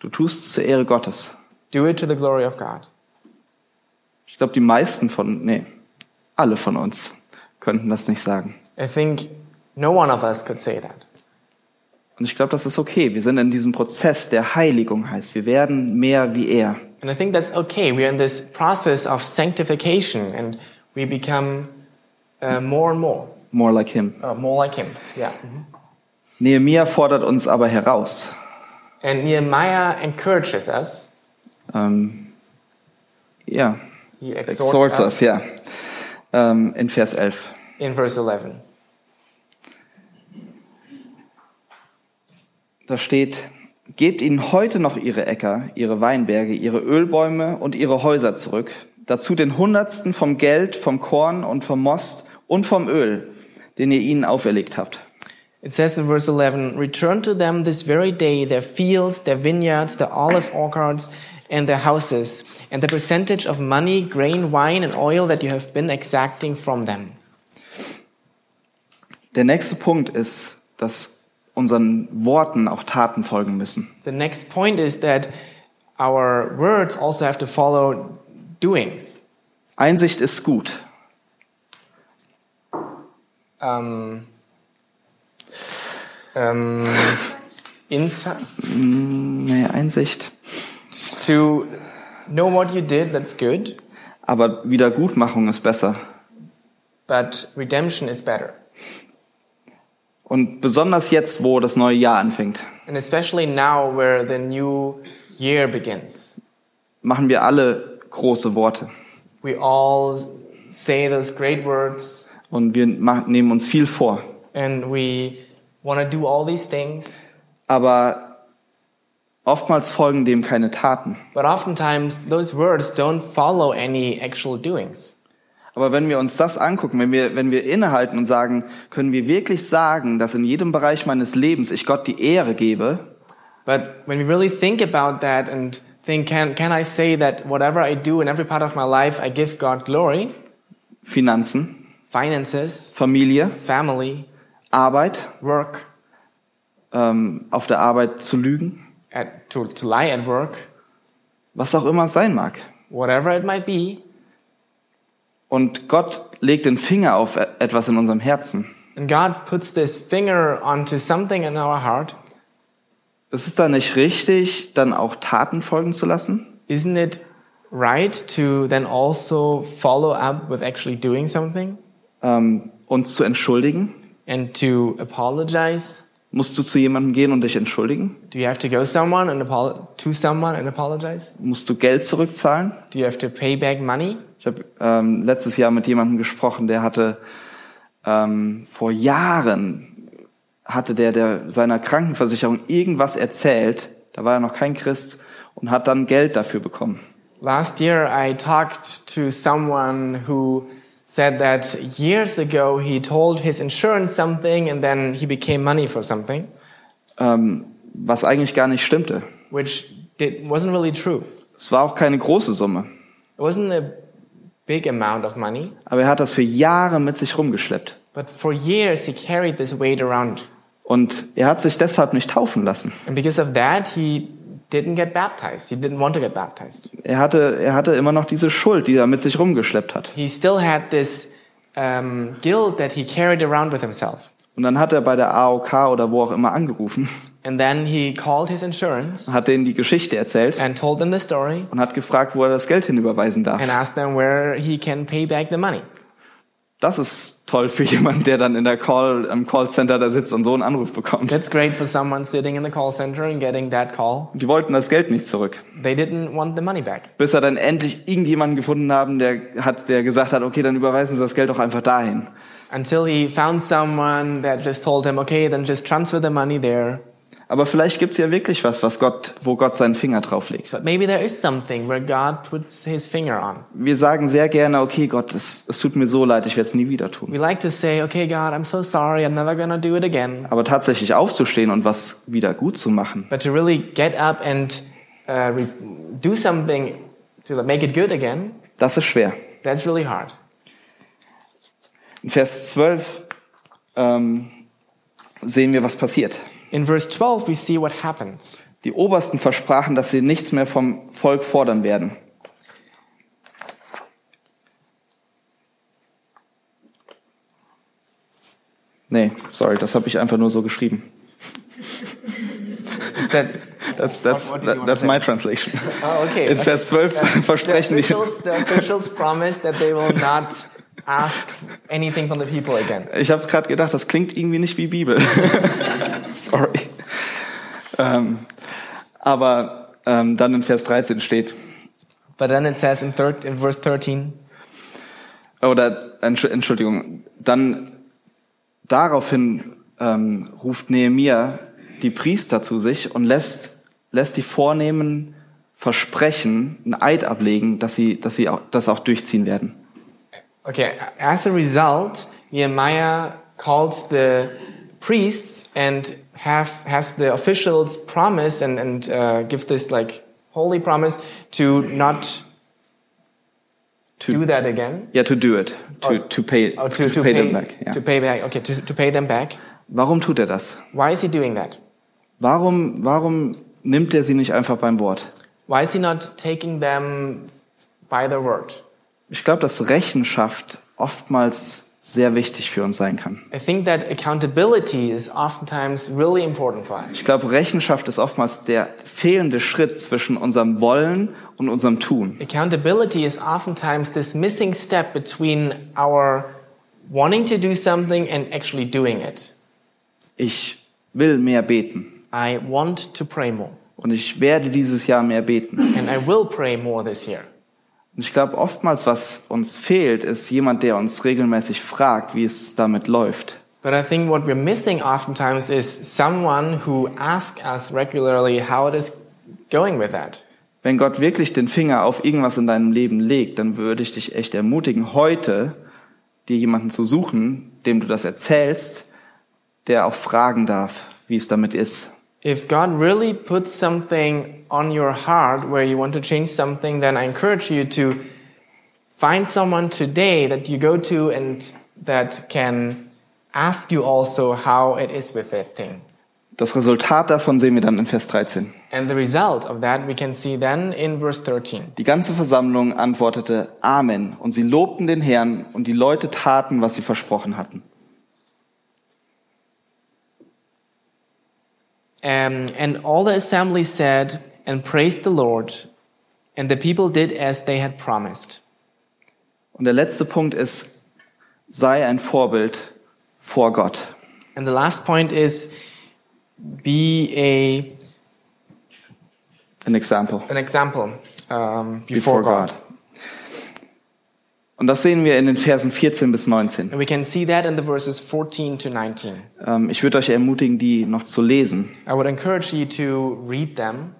B: du tust es zur Ehre Gottes.
C: do it to the glory of God.
B: Ich glaube, die meisten von, nee, alle von uns könnten das nicht sagen.
C: I think no one of us could say that.
B: Und ich glaube, das ist okay. Wir sind in diesem Prozess, der Heiligung heißt. Wir werden mehr wie er.
C: And I think that's okay. We're in this process of sanctification and we become uh, more and more,
B: More like him.
C: uh, more like Him. Yeah.
B: Nehemiah fordert uns aber heraus.
C: And Nehemiah encourages us.
B: Ähm, ja,
C: He exhorts,
B: exhorts
C: us
B: us, ja. Ähm, in Vers 11.
C: in verse 11.
B: Da steht, gebt ihnen heute noch ihre Äcker, ihre Weinberge, ihre Ölbäume und ihre Häuser zurück. Dazu den Hundertsten vom Geld, vom Korn und vom Most und vom Öl, den ihr ihnen auferlegt habt.
C: It says in verse 11, Return to them this very day their fields, their vineyards, their olive orchards, and their houses, and the percentage of money, grain, wine, and oil that you have been exacting from them.
B: Der nächste Punkt ist, dass unseren Worten auch Taten folgen müssen.
C: The next point is that our words also have to follow doings.
B: Einsicht ist gut.
C: Um, um, insight.
B: Nee, Einsicht.
C: To know what you did, that's good,
B: Aber Wiedergutmachung ist besser.
C: but redemption is better.
B: Und besonders jetzt, wo das neue Jahr anfängt,
C: And especially now where the new year begins.
B: machen wir alle große Worte.
C: We all say those great words
B: Und wir ma- nehmen uns viel vor.
C: and we want to do all these things,
B: Aber oftmals folgen dem keine Taten.
C: but oftentimes those words don't follow any actual doings.
B: Aber wenn wir uns das angucken, wenn wir, wenn wir innehalten und sagen, können wir wirklich sagen, dass in jedem Bereich meines Lebens ich Gott die Ehre gebe,
C: But when we really think about that and think, can, can I say that whatever I do in every part of my life, I give God glory?
B: Finanzen,
C: Finances,
B: Familie,
C: family,
B: Arbeit,
C: work,
B: ähm, auf der Arbeit zu lügen,
C: at, to, to lie at work,
B: was auch immer es sein mag.
C: whatever it might be,
B: Und Gott legt den Finger auf e- etwas in unserem Herzen.
C: And God puts this finger onto something in our heart.
B: Ist es dann nicht richtig, dann auch Taten folgen zu lassen?
C: Isn't it right to then also follow up with actually doing something
B: Ähm, uns zu entschuldigen?
C: and to apologize?
B: Musst du zu jemandem gehen und dich entschuldigen?
C: Do you have to go someone and apol- to someone and apologize?
B: Musst du Geld zurückzahlen?
C: Do you have to pay back money?
B: Ich habe ähm, letztes Jahr mit jemandem gesprochen, der hatte ähm, vor Jahren hatte der, der seiner Krankenversicherung irgendwas erzählt. Da war er noch kein Christ und hat dann Geld dafür bekommen.
C: Last year, I talked to someone who said that years ago he told his insurance something and then he became money for something,
B: Ähm, was eigentlich gar nicht stimmte.
C: which did, wasn't really true.
B: Es war auch keine große Summe.
C: It wasn't a big amount of money,
B: Aber er hat das für Jahre mit sich rumgeschleppt.
C: but for years he carried this weight around.
B: Und er hat sich deshalb nicht taufen lassen.
C: And because of that, he didn't get baptized. He didn't want to get baptized.
B: Er hatte, er hatte immer noch diese Schuld, die er mit sich rumgeschleppt hat.
C: He still had this um, guilt that he carried around with himself.
B: Und dann hat er bei der AOK oder wo auch immer angerufen,
C: And then he called his insurance
B: hat denen die Geschichte erzählt
C: and told them the story
B: und hat gefragt, wo er das Geld hinüberweisen
C: and
B: darf.
C: asked them where he can pay back the money.
B: Das ist toll für jemanden, der dann in der Call, im Callcenter da sitzt und so einen Anruf bekommt.
C: That's great for someone sitting in the call center and getting that call.
B: Die wollten das Geld nicht zurück.
C: They didn't want the money back
B: Bis er dann endlich irgendjemanden gefunden haben, der hat, der gesagt hat, okay, dann überweisen Sie das Geld doch einfach dahin.
C: until he found someone that just told him, okay, then just transfer the money there.
B: Aber vielleicht gibt's ja wirklich was, was Gott, wo Gott seinen Finger drauf legt.
C: But maybe there is something where God puts his finger on.
B: Wir sagen sehr gerne, okay, Gott, es, es tut mir so leid, ich werde es nie wieder tun.
C: We like to say, okay, God, I'm so sorry, I'm never gonna do it again.
B: Aber tatsächlich aufzustehen und was wieder gut zu machen,
C: But to really get up and uh, re- do something to make it good again,
B: das ist schwer.
C: that's really hard.
B: In Vers 12 ähm, sehen wir, was passiert.
C: In verse 12, we see what happens.
B: Die Obersten versprachen, dass sie nichts mehr vom Volk fordern werden. Nee, sorry, das habe ich einfach nur so geschrieben.
C: Is that,
B: That's, that's,
C: What- what did you
B: that,
C: wanna
B: that's
C: say?
B: my translation.
C: oh, okay.
B: In Vers 12
C: The
B: versprechen die.
C: officials, the officials promised that they will not ask anything from the people again.
B: Ich habe gerade gedacht, das klingt irgendwie nicht wie Bibel. Sorry. Ähm, aber ähm, dann in Vers 13 steht,
C: But then it says in, thir- in verse 13,
B: oder Entsch- Entschuldigung, dann daraufhin ähm, ruft Nehemia die Priester zu sich und lässt, lässt die Vornehmen versprechen, einen Eid ablegen, dass sie, dass sie auch, das auch durchziehen werden.
C: Okay, as a result, Nehemiah calls the priests and have, has the officials promise and, and uh, give this like holy promise to not
B: To-
C: do that again.
B: Yeah, to do it. To,
C: Oh.
B: to pay,
C: Or
B: to, pay, them back. ja.
C: To pay back, okay, to, to pay them back.
B: Warum tut er das?
C: Why is he doing that?
B: Warum, warum nimmt er sie nicht einfach beim Wort?
C: Why is he not taking them by the word?
B: Ich glaube, dass Rechenschaft oftmals sehr wichtig für uns sein kann.
C: I think that accountability is oftentimes really important for us.
B: Ich glaube, Rechenschaft ist oftmals der fehlende Schritt zwischen unserem Wollen und unserem Tun.
C: Accountability is oftentimes this missing step between our wanting to do something and actually doing it.
B: Ich will mehr beten
C: I want to pray more,
B: und ich werde dieses Jahr mehr beten.
C: and I will pray more this year.
B: Und ich glaube, oftmals, was uns fehlt, ist jemand, der uns regelmäßig fragt, wie es damit läuft.
C: But I think what we're missing oftentimes is someone who asks us regularly how it is going with that.
B: Wenn Gott wirklich den Finger auf irgendwas in deinem Leben legt, dann würde ich dich echt ermutigen, heute dir jemanden zu suchen, dem du das erzählst, der auch fragen darf, wie es damit ist.
C: If God really puts something on your heart where you want to change something, then I encourage you to find someone today that you go to and that can ask you also how it is with that thing.
B: Das Resultat davon sehen wir dann in Vers 13.
C: And the result of that we can see then in verse 13.
B: Die ganze Versammlung antwortete Amen und sie lobten den Herrn und die Leute taten, was sie versprochen hatten.
C: Um, and all the assembly said and praised the Lord, and the people did as they had promised.
B: Und der letzte Punkt ist, sei ein Vorbild vor Gott.
C: And the last point is be a
B: An example.
C: an example um, before,
B: Before
C: God.
B: God. Und das sehen wir in den Versen 14 bis 19.
C: And we can see that in the verses 14 to 19.
B: Ähm, ich würde euch ermutigen, die noch zu lesen.
C: I would encourage you to read them.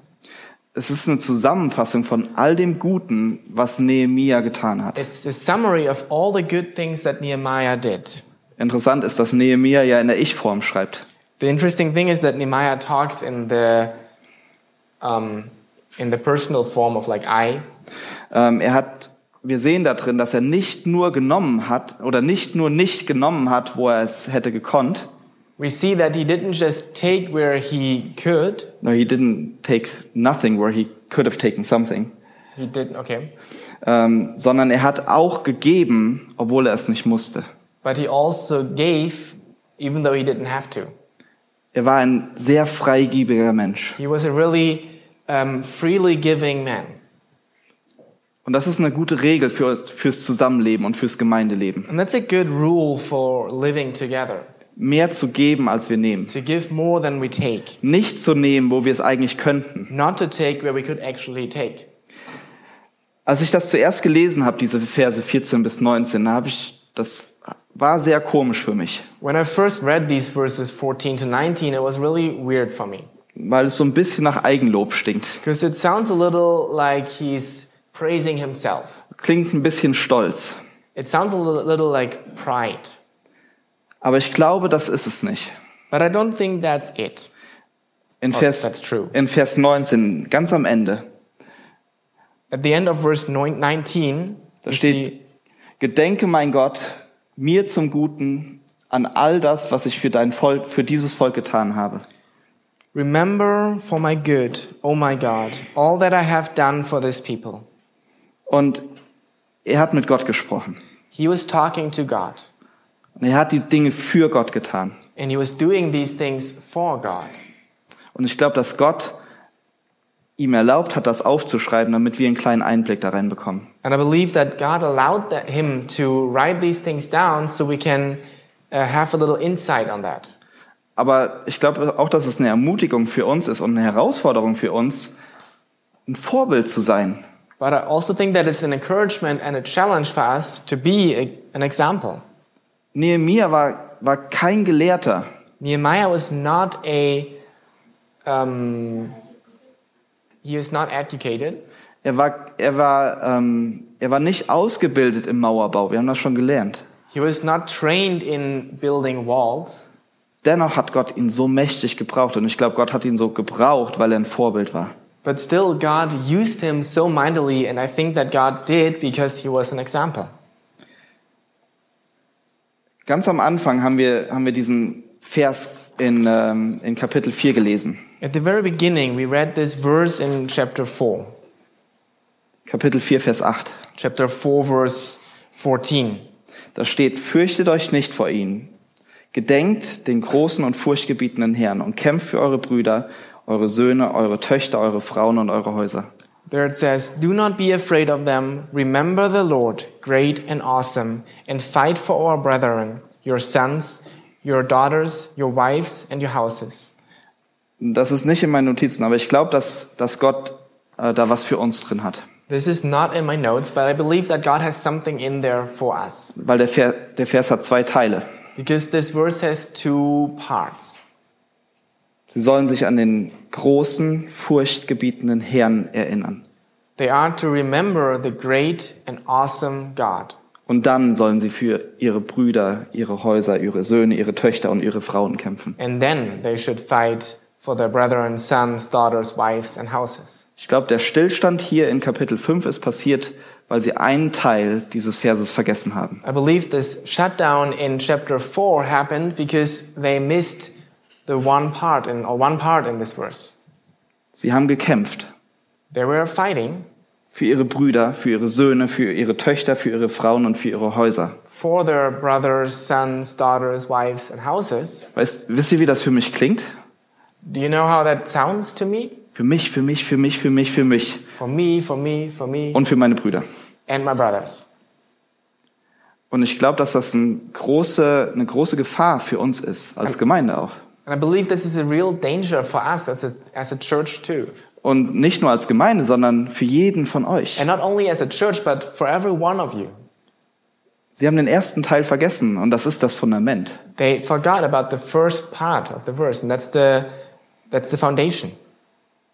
B: Es ist eine Zusammenfassung von all dem Guten, was Nehemia getan hat.
C: It's a summary of all the good things that Nehemiah did.
B: Interessant ist, dass Nehemia ja in der Ich-Form schreibt.
C: The interesting thing is that Nehemiah talks in the um, in the personal form of like I.
B: Ähm, er hat, wir sehen da drin, dass er nicht nur genommen hat oder nicht nur nicht genommen hat, wo er es hätte gekonnt.
C: We see that he didn't just take where he could.
B: No, he didn't take nothing where he could have taken something.
C: He did okay,
B: Ähm, sondern er hat auch gegeben, obwohl er es nicht musste.
C: but he also gave, even though he didn't have to.
B: Er war ein sehr freigebiger Mensch.
C: He was a really um, freely giving man,
B: Und das ist eine gute Regel für, fürs Zusammenleben und fürs Gemeindeleben.
C: and that's a good rule for living together:
B: Mehr zu geben, als wir nehmen.
C: to give more than we take,
B: Nicht zu nehmen, wo wir es eigentlich könnten.
C: not to take where we could actually take.
B: Als ich das zuerst gelesen habe, diese Verse 14 bis 19, da habe ich, das war sehr komisch für mich,
C: When I first read these verses 14 to 19, it was really weird for me.
B: weil es so ein bisschen nach Eigenlob stinkt.
C: Because it sounds a little like he's praising himself.
B: Klingt ein bisschen stolz.
C: It sounds a little, little like pride.
B: Aber ich glaube, das ist es nicht.
C: But I don't think that's it.
B: In
C: Oh,
B: Vers,
C: that's true.
B: in Vers 19, ganz am Ende,
C: At the end of verse noin- 19,
B: da
C: you
B: steht,
C: see,
B: Gedenke, mein Gott, mir zum Guten an all das, was ich für dein Volk, für dieses Volk getan habe.
C: Remember for my good, O my God, all that I have done for this people.
B: Und er hat mit Gott gesprochen.
C: He was talking to God,
B: Und er hat die Dinge für Gott getan.
C: and he was doing these things for God.
B: Und ich glaube, dass Gott ihm erlaubt hat, das aufzuschreiben, damit wir einen kleinen Einblick da reinbekommen.
C: And I believe that God allowed that, him to write these things down so we can uh, have a little insight on that.
B: Aber ich glaube auch, dass es eine Ermutigung für uns ist und eine Herausforderung für uns, ein Vorbild zu sein.
C: But I also think that it's an encouragement and a challenge for us to be a, an example.
B: Nehemia war, war kein Gelehrter.
C: Nehemiah was not a, um, he was not educated.
B: Er war, er war, ähm, er war nicht ausgebildet im Mauerbau. Wir haben das schon gelernt.
C: He was not trained in building walls.
B: Dennoch hat Gott ihn so mächtig gebraucht. Und ich glaube, Gott hat ihn so gebraucht, weil er ein Vorbild war.
C: But still, God used him so mightily, and I think that God did because he was an example.
B: Ganz am Anfang haben wir, haben wir diesen Vers in, ähm, in Kapitel 4 gelesen.
C: At the very beginning, we read this verse in chapter 4,
B: Kapitel 4, Vers 8.
C: chapter 4, verse 14.
B: Da steht, fürchtet euch nicht vor ihnen. Gedenkt den großen und furchtgebietenden Herrn und kämpft für eure Brüder, eure Söhne, eure Töchter, eure Frauen und eure Häuser.
C: There it says, Do not be afraid of them. Remember the Lord, great and awesome, and fight for our brethren, your sons, your daughters, your wives, and your houses.
B: Das ist nicht in meinen Notizen, aber ich glaube, dass, dass Gott äh, da was für uns drin hat.
C: This is not in my notes, but I believe that God has something in there for us.
B: Weil der, Ver, der Vers hat zwei Teile.
C: Because this verse has two parts.
B: Sie sollen sich an den großen, furchtgebietenden Herrn erinnern.
C: They are to remember the great and awesome God.
B: Und dann sollen sie für ihre Brüder, ihre Häuser, ihre Söhne, ihre Töchter und ihre Frauen kämpfen.
C: And then they should fight for their brethren, sons, daughters, wives, and houses.
B: Ich glaube, der Stillstand hier in Kapitel 5 ist passiert, weil sie einen Teil dieses Verses vergessen haben.
C: I believe this shutdown in chapter 4 happened because they missed the one part in, or one part in this verse.
B: Sie haben gekämpft.
C: They were fighting
B: Für ihre Brüder, für ihre Söhne, für ihre Töchter, für ihre Frauen und für ihre Häuser.
C: for their brothers, sons, daughters, wives, and houses.
B: Weißt, wisst ihr, wie das für mich klingt?
C: Do you know how that sounds to me?
B: Für mich, für mich, für mich, für mich, für mich
C: For me, for me, for me,
B: und für meine Brüder.
C: and my brothers.
B: Und ich glaube, dass das eine große, eine große Gefahr für uns ist, als Gemeinde auch.
C: And I believe this is a real danger for us as a, as a church too.
B: Und nicht nur als Gemeinde, sondern für jeden von euch.
C: And not only as a church, but for every one of you.
B: Sie haben den ersten Teil vergessen und das ist das Fundament.
C: They forgot about the first part of the verse, and that's the, that's the foundation.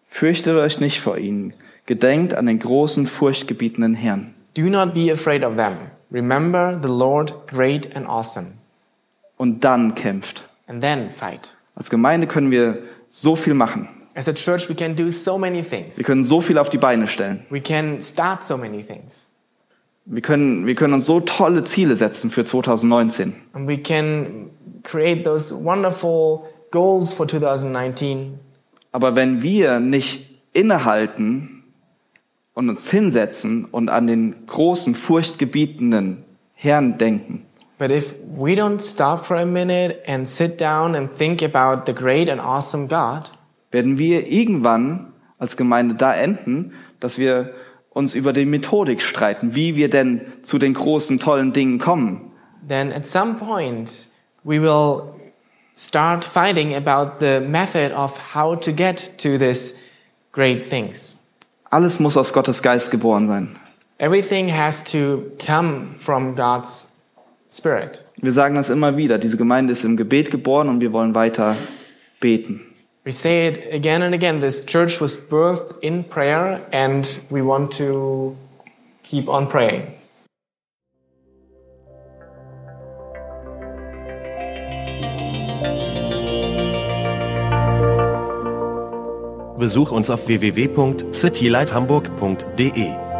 B: Fürchtet euch nicht vor ihnen. Gedenkt an den großen, furchtgebietenden Herrn.
C: Do not be afraid of them. Remember the Lord great and awesome,
B: Und dann kämpft.
C: and then fight.
B: Als Gemeinde können wir so viel machen.
C: As a church, we can do so many things.
B: Wir können so viel auf die Beine stellen.
C: We can start so many things.
B: Wir können, wir können uns so tolle Ziele setzen für 2019.
C: And we can create those wonderful goals for 2019.
B: Aber wenn wir nicht innehalten und uns hinsetzen und an den großen, furchtgebietenden Herrn denken,
C: But if we don't stop for a minute and sit down and think about the great and awesome God,
B: werden wir irgendwann als Gemeinde da enden, dass wir uns über die Methodik streiten, wie wir denn zu den großen, tollen Dingen kommen.
C: then at some point we will start fighting about the method of how to get to this great things.
B: Alles muss aus Gottes Geist geboren sein.
C: Everything has to come from God's spirit.
B: Wir sagen das immer wieder, diese Gemeinde ist im Gebet geboren und wir wollen weiter beten.
C: We say it again and again. This church was birthed in prayer, and we want to keep on praying.
A: Besuch uns auf www.citylighthamburg.de.